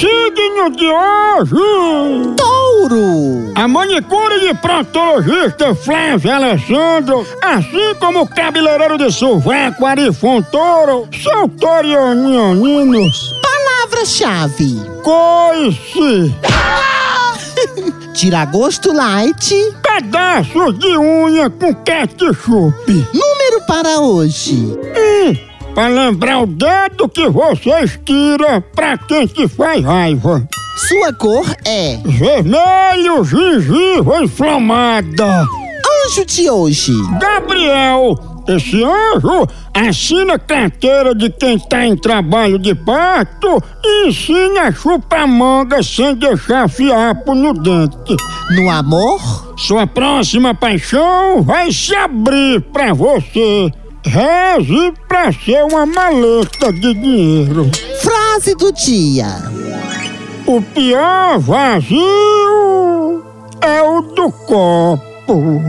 signo de hoje? Touro! A manicure de proctologista Flávia Alessandro, assim como o cabeleireiro de sovaco Arifon Touro, são torionianinos. Palavra-chave: Coice, Tiragosto Light. pedaços de unha com ketchup. Número para hoje: E, pra lembrar o dedo que você estira pra quem te faz raiva. Sua cor é Vermelho, gengiva inflamada. Anjo de hoje. Gabriel, esse anjo assina carteira de quem tá em trabalho de parto e ensina a chupar manga sem deixar fiapo no dente. No amor, Sua próxima paixão vai se abrir pra você. Reze pra ser uma maleta de dinheiro. frase do dia: O pior vazio é o do copo.